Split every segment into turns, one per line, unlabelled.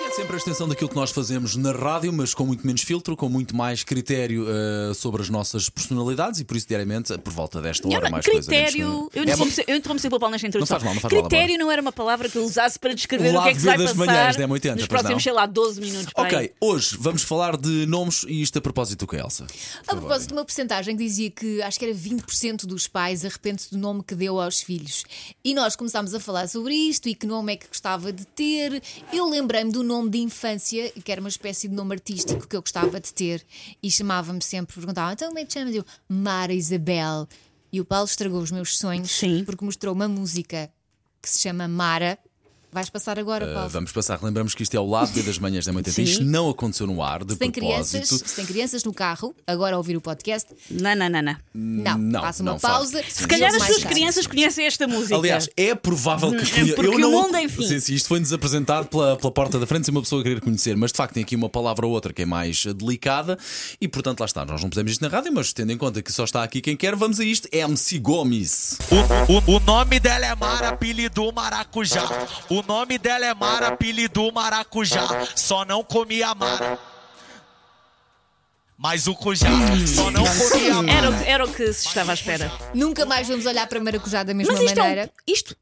É sempre a extensão daquilo que nós fazemos na rádio, mas com muito menos filtro, com muito mais critério eh, sobre as nossas personalidades e por isso diariamente, eh, por volta desta
Eu
hora,
não-
mais
é critério.
coisa. menos-
eu,
É uma-
interrompi, eu interrompi pela Paulo nesta introdução.
faz mal, não faz mal,
critério não era uma palavra que eu usasse para
O
descrever o, que é
lado
que
B
se vai
das
passar
manhãs né? da M80,
nos
pois não?
próximos, sei lá, 12 minutos. pá, aí.
Ok, hoje vamos falar de nomes e isto a propósito do que, é, Elsa? Eh,
A propósito de uma porcentagem que dizia que acho que era 20% dos pais arrepende-se do nome que deu aos filhos. E nós começámos a falar sobre isto e que nome é que gostava de ter. Eu lembrei-me do nome de infância, que era uma espécie de nome artístico que eu gostava de ter. E chamava-me sempre, perguntava, então como é que te chamas? Eu, Mara Isabel. E o Paulo estragou os meus sonhos
Sim.
porque mostrou uma música que se chama Mara. Vais passar agora,
Eh,
Paulo.
vamos passar, lembramos que isto é o lado B das manhãs da manhã.
Sim.
Isto não aconteceu no ar, de
se tem,
um propósito.
crianças, se tem crianças no carro, agora a ouvir o podcast,
Não, não, não, não.
não,
Não,
passa uma
não faz.
pausa.
Se
Se calhar
eles
as
mais
suas
tarde.
crianças conhecem esta música.
Aliás, é provável que conhe-
porque
eu
o
não...
mundo, enfim.
Sim, sim, isto foi-nos apresentado pela, pela porta da frente sem uma pessoa querer conhecer, mas de facto tem aqui uma palavra ou outra que é mais eh, delicada e portanto lá está. Nós não pusemos isto na rádio, mas tendo em conta que só está aqui quem quer, vamos a isto. MC Gomes.
O, o- o nome dela é Mara, apelido maracujá. O nome dela é Mara, apelido maracujá. Só não comia Mara. Mas o cujá só não comia Mara.
Era, o que- era o que se estava à espera.
Nunca mais vamos olhar para maracujá da mesma
Mas isto, é um-
maneira.
isto,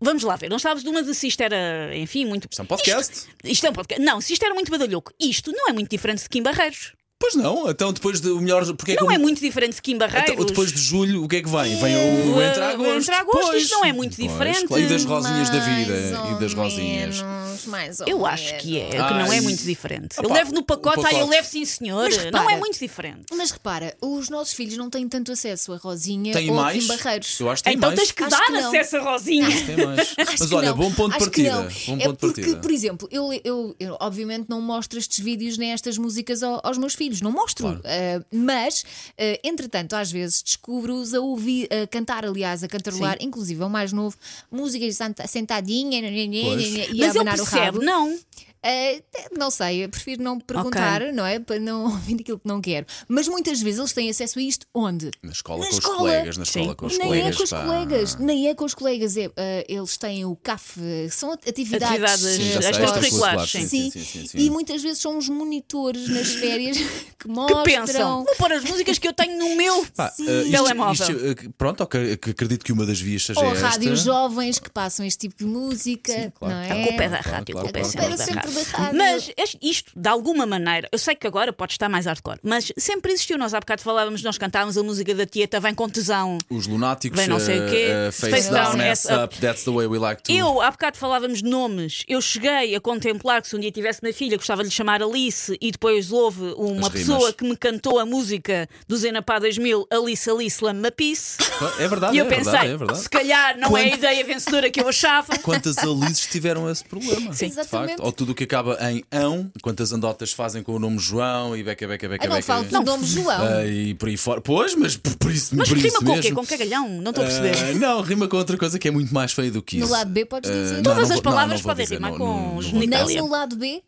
vamos lá ver. Não estávamos numa de se isto era, enfim, muito.
Isto é um podcast.
Isto, isto é um podcast. Não, se isto era muito badalhoco, isto não é muito diferente de Kim Barreiros.
Pois não, então depois de o melhor. Porque
Não
que o-
é muito diferente de Kim Barreiros.
Então, depois de julho, o que é que vem? Vem o,
Eh,
Entre Agosto.
Entre Agosto,
pois.
isto não é muito
Pois,
diferente.
claro, E das rosinhas da vida.
Mais
E das
ou
rosinhas.
menos, mais ou
Eu acho
menos.
que é, que
Ah,
não é
isso.
muito diferente.
Opa,
eu levo no
o
pacote,
pacote.
ah, eu levo sim senhor.
Mas repara-
Não é muito diferente.
Mas repara, os nossos filhos não têm tanto acesso a rosinha
Tem
ou a
mais?
Kim Barreiros.
Eu acho que tem
Então
mais.
tens que
Acho
dar
que não.
acesso a Rosinha.
Tem mais.
Acho
Mas
que
olha,
não.
bom ponto de
Acho que
partida.
não.
Bom
é
ponto de
porque,
partida.
por exemplo, eu, eu, eu, obviamente não mostro estes vídeos nem estas músicas ao- aos meus filhos, não mostro. Ah, mas, ah, entretanto, às vezes descubro-os a ouvir, a cantar, aliás, a cantarolar, inclusive ao mais novo, músicas senta- sentadinha e a
Mas ele
abanar o rabo.
percebe, não. é?
Eh, não sei, eu prefiro não perguntar, não é? Para não ouvir aquilo que não quero. Mas muitas vezes eles têm acesso a isto onde?
Na escola
Na
com
escola.
os colegas, na escola
Sim.
com os
Nem
colegas.
é com os
pá.
colegas, nem é com os colegas. É, eh, eles têm o CAF, eh, são atividades,
Atividades
eh,
Sim, já sei,
As
estas
extracurriculares,
curriculares,
sim.
sim,
Sim,
sim, sim, sim, sim.
e muitas vezes são os monitores nas férias que
Que
mostram.
pensam, vou pôr as músicas que eu tenho no meu
Pá, eh, isto-
telemóvel.
isto, eh, que- pronto, ok, que acredito que uma das vias seja
Ou
esta.
rádios jovens que passam este tipo de música.
Sim, claro.
não é?
A culpa é da
Claro,
rádio,
claro,
a culpa é
claro,
sempre
claro.
da
Era sempre
rádio.
da rádio.
Mas este- isto, de alguma maneira, eu sei que agora pode estar mais hardcore, mas sempre existiu. Nós há bocado falávamos, nós cantávamos a música da Tieta Vem com Tesão.
Os lunáticos,
Bem, não sei o quê.
eh, eh, face,
Face
down,
down,
ass
ass up.
up, that's the way we like to.
Eu, há bocado falávamos de nomes, eu cheguei a contemplar que se um dia tivesse minha filha, gostava de lhe chamar Alice, e depois houve uma
As rimas.
pessoa que me cantou a música do Zenapá 2000, Alice Alice Lama Peace,
É verdade,
e eu
é
pensei,
verdade, é verdade.
se calhar não é a
Quando-
ideia vencedora que eu achava.
Quantas alices tiveram esse problema?
Sim.
de facto.
Exatamente.
Ou tudo o que acaba em ão, quantas andotas fazem com o nome João e beca, beca, beca,
Ah, não
beca.
falo do nome João.
Ah, e por aí fora. Pois, mas por, por isso,
Mas
por
rima
isso
com o quê?
mesmo.
Com cagalhão? Não estou a perceber.
Ah, não, rima com outra coisa que é muito mais feia do que
No
isso.
lado B podes
Ah,
dizer.
não,
Todas
não
as
vou- não,
palavras
não vou
podem
dizer,
rimar
não-
com
não- não vou-
genital.
Nem
Itália.
no lado B,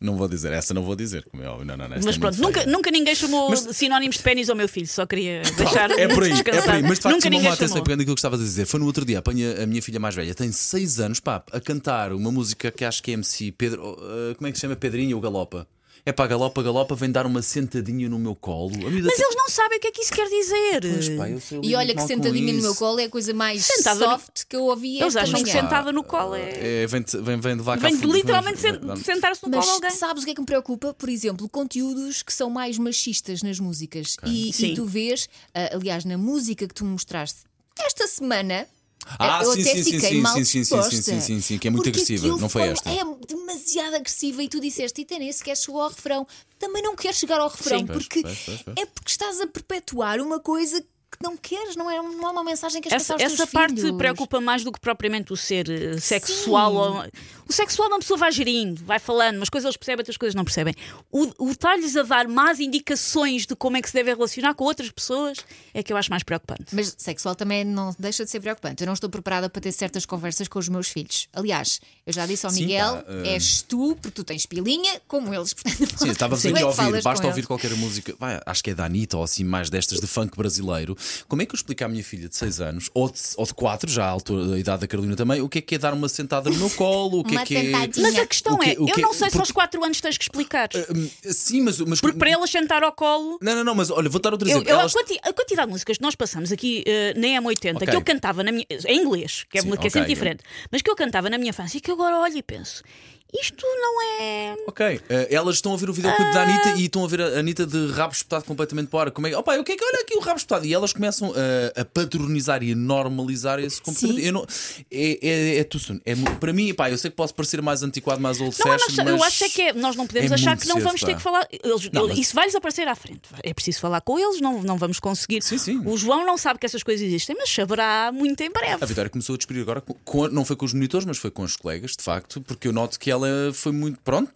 Não vou dizer, essa não vou dizer, como é óbvio. Não, não, não, esta
Mas
é
pronto,
muito
nunca,
feia.
nunca ninguém chamou sinónimos de pênis ao meu filho, só queria deixar
É por aí, é por
descansar.
aí. Mas de facto,
nunca
chamou-me
ninguém
a atenção
chamou.
pegando aquilo que estava a dizer. Foi no outro dia, apanha a minha filha mais velha, tem 6 anos, pá, a cantar uma música que acho que é MC Pedro. ah, como é que se chama? Pedrinho ou Galopa? É pá, Galopa, Galopa, vem dar uma sentadinha no meu colo. A miúda
Mas
tem-
eles não sabem o que é que isso quer dizer.
Pois, pá, eu sei, eu
e
lido
olha que
mal com
sentadinha no
isso.
meu colo é a coisa mais
Sentada no-
soft que eu ouvi
Eles
esta
acham que
manhã.
sentada no colo é.
É, vem, de- vem, vem de vaca.
Vem
a
de
fundo,
literalmente
vem-
sen-
vem-
sentar-se no colo
Mas
de alguém.
sabes o que é que me preocupa? Por exemplo, conteúdos que são mais machistas nas músicas. E,
Sim.
e tu vês, ah, aliás, na música que tu me mostraste esta semana.
Ah,
eu
sim,
até
sim, sim,
fiquei
sim,
mal
sim, sim, sim,
disposta,
sim, sim, sim, sim, que é muito
porque
agressiva,
aquilo
não foi
forma-
esta.
É demasiado agressiva e tu disseste, e até nem sequer chegou ao refrão. Também não queres chegar ao refrão,
Sim.
Pois,
porque
pois, pois, pois.
é porque estás a perpetuar uma coisa que não queres, não é, não é uma mensagem que queres
Essa,
passar aos
essa
teus
parte
filhos.
preocupa mais do que propriamente o ser eh, sexual. ou- o sexual uma pessoa vai gerindo, vai falando, umas coisas eles percebem, outras coisas não percebem. O, o estar-lhes a dar más indicações de como é que se devem relacionar com outras pessoas é que eu acho mais preocupante.
Mas sexual também não deixa de ser preocupante. Eu não estou preparada para ter certas conversas com os meus filhos. Aliás, eu já disse ao
Sim,
Miguel:
pá, eh,
és tu, porque tu tens pilinha, como eles. Portanto,
Sim, estava
como
aqui
é
a
que
ouvir,
falas
basta
com
ouvir
eles?
qualquer música, vai, acho que é da Anitta ou assim mais destas de funk brasileiro, Como é que eu explico à minha filha de 6 anos, ou de, ou de 4, já à altura, a idade da Carolina também, o que é que é dar uma sentada no meu colo? O que
Uma
é que é.
sentadinha.
Mas a
Tinha.
questão
O quê?
é,
O quê?
eu não sei se
Porque- Eh,
aos 4 anos tens que explicar.
Sim, mas. mas
Porque para elas sentar ao colo.
Não, não, não, mas olha, vou dar outro
Eu,
exemplo.
eu-
Elas-
a, quanti- a quantidade de músicas que nós passamos aqui eh, na M80,
Ok.
que eu cantava na minha, em inglês, que é,
Sim,
que é
ok.
sempre diferente, mas que eu cantava na minha infância e que agora olho e penso: isto não é.
Ok, eh, elas estão a ver o videoclipe da Anitta e estão a ver a Anitta de rabo espetado completamente para o ar. Como é que. Opa, o que é que olha aqui o rabo espetado? E elas começam eh, a, a padronizar e a normalizar esse comportamento. Eu não... É, é, é too soon. É mu- para mim, pá, eu sei que posso parecer mais antiquado, mais old
Não, é
fashioned.
nós- eu
mas
acho é que é. Nós não podemos
é
achar
muito
que não
cedo,
vamos
pá.
ter que falar. eles-
Não, mas-
Isso vai-lhes aparecer à frente. É preciso falar com eles, não, não vamos conseguir.
Sim, sim.
O João não sabe que essas coisas existem, mas saberá muito em
A
breve.
Vitória começou a descobrir agora, com- com- não foi com os monitores, mas foi com os colegas, de facto, porque eu noto que ela foi muito. Pronto,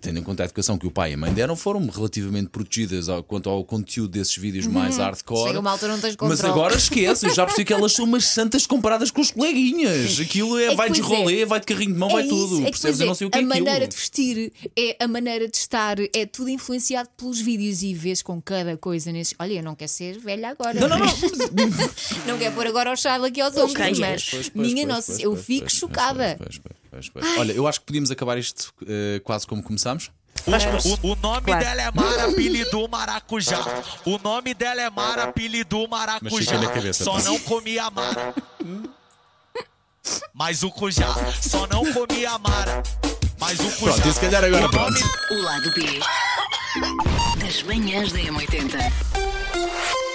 tendo em conta a educação que o pai e a mãe deram, foram relativamente protegidas ao- quanto ao conteúdo desses vídeos mais hardcore.
Chega uma altura não tens
Mas
controle.
agora esquece, eu já percebi que elas são umas santas comparadas com os coleguinhas. Aquilo é,
É que
vai de
pois é.
rolê, vai de carrinho de mão, vai
isso,
tudo.
é que,
Percebes?
pois
eu
é,
não sei o que
a
é
maneira
aquilo.
de vestir, é a maneira de estar, é tudo influenciado pelos vídeos e vês com cada coisa nesses. Olha, eu não quero ser velha agora.
Não, não, não.
Não quero pôr agora o chale aqui aos ombros,
pois,
mas
Pois, pois,
minha
pois,
nossa,
pois,
eu
pois,
fico
pois, pois,
chocada.
pois, pois, pois, pois, pois. Olha, eu acho que podíamos acabar isto eh, quase como começámos.
O, o- o nome
Claro.
dela é Mara, apelido Maracujá. O nome dela é Mara, apelido
Mas
Maracujá.
fica na cabeça, tá?
Só
pá.
não comia Mara. Mas o cujá, só não comia Mara. Mas o cujá.
Pronto, e se calhar agora
O nome
pronto.
O lado B das manhãs da M80.